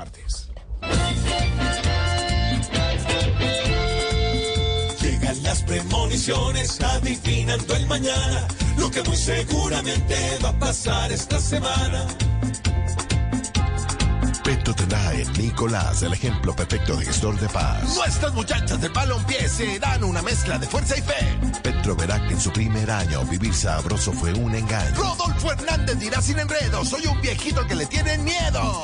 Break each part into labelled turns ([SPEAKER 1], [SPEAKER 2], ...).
[SPEAKER 1] martes. Llegan las premoniciones adivinando el mañana, lo que muy seguramente va a pasar esta semana.
[SPEAKER 2] Petro tendrá en Nicolás el ejemplo perfecto de gestor de paz.
[SPEAKER 3] Nuestras muchachas del balompié serán una mezcla de fuerza y fe.
[SPEAKER 2] Petro verá que en su primer año vivir sabroso fue un engaño.
[SPEAKER 3] Rodolfo Hernández dirá sin enredo, soy un viejito al que le tienen miedo.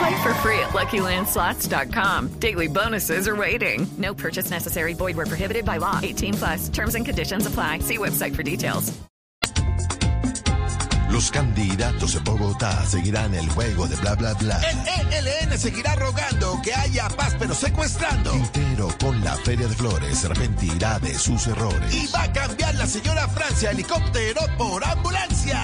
[SPEAKER 4] Play for free at LuckyLandSlots.com. Daily bonuses are waiting. No purchase necessary. Void were prohibited by law. 18 plus. Terms and conditions apply. See website for details.
[SPEAKER 2] Los candidatos en Bogotá seguirán el juego de bla bla bla.
[SPEAKER 3] El ELN E seguirá rogando que haya paz pero secuestrando.
[SPEAKER 2] Quintero con la Feria de Flores se arrepentirá de sus errores.
[SPEAKER 3] Y va a cambiar la señora Francia helicóptero por ambulancia.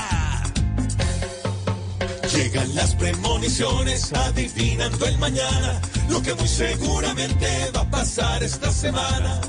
[SPEAKER 1] Llegan las premoniciones adivinando el mañana, lo que muy seguramente va a pasar esta semana.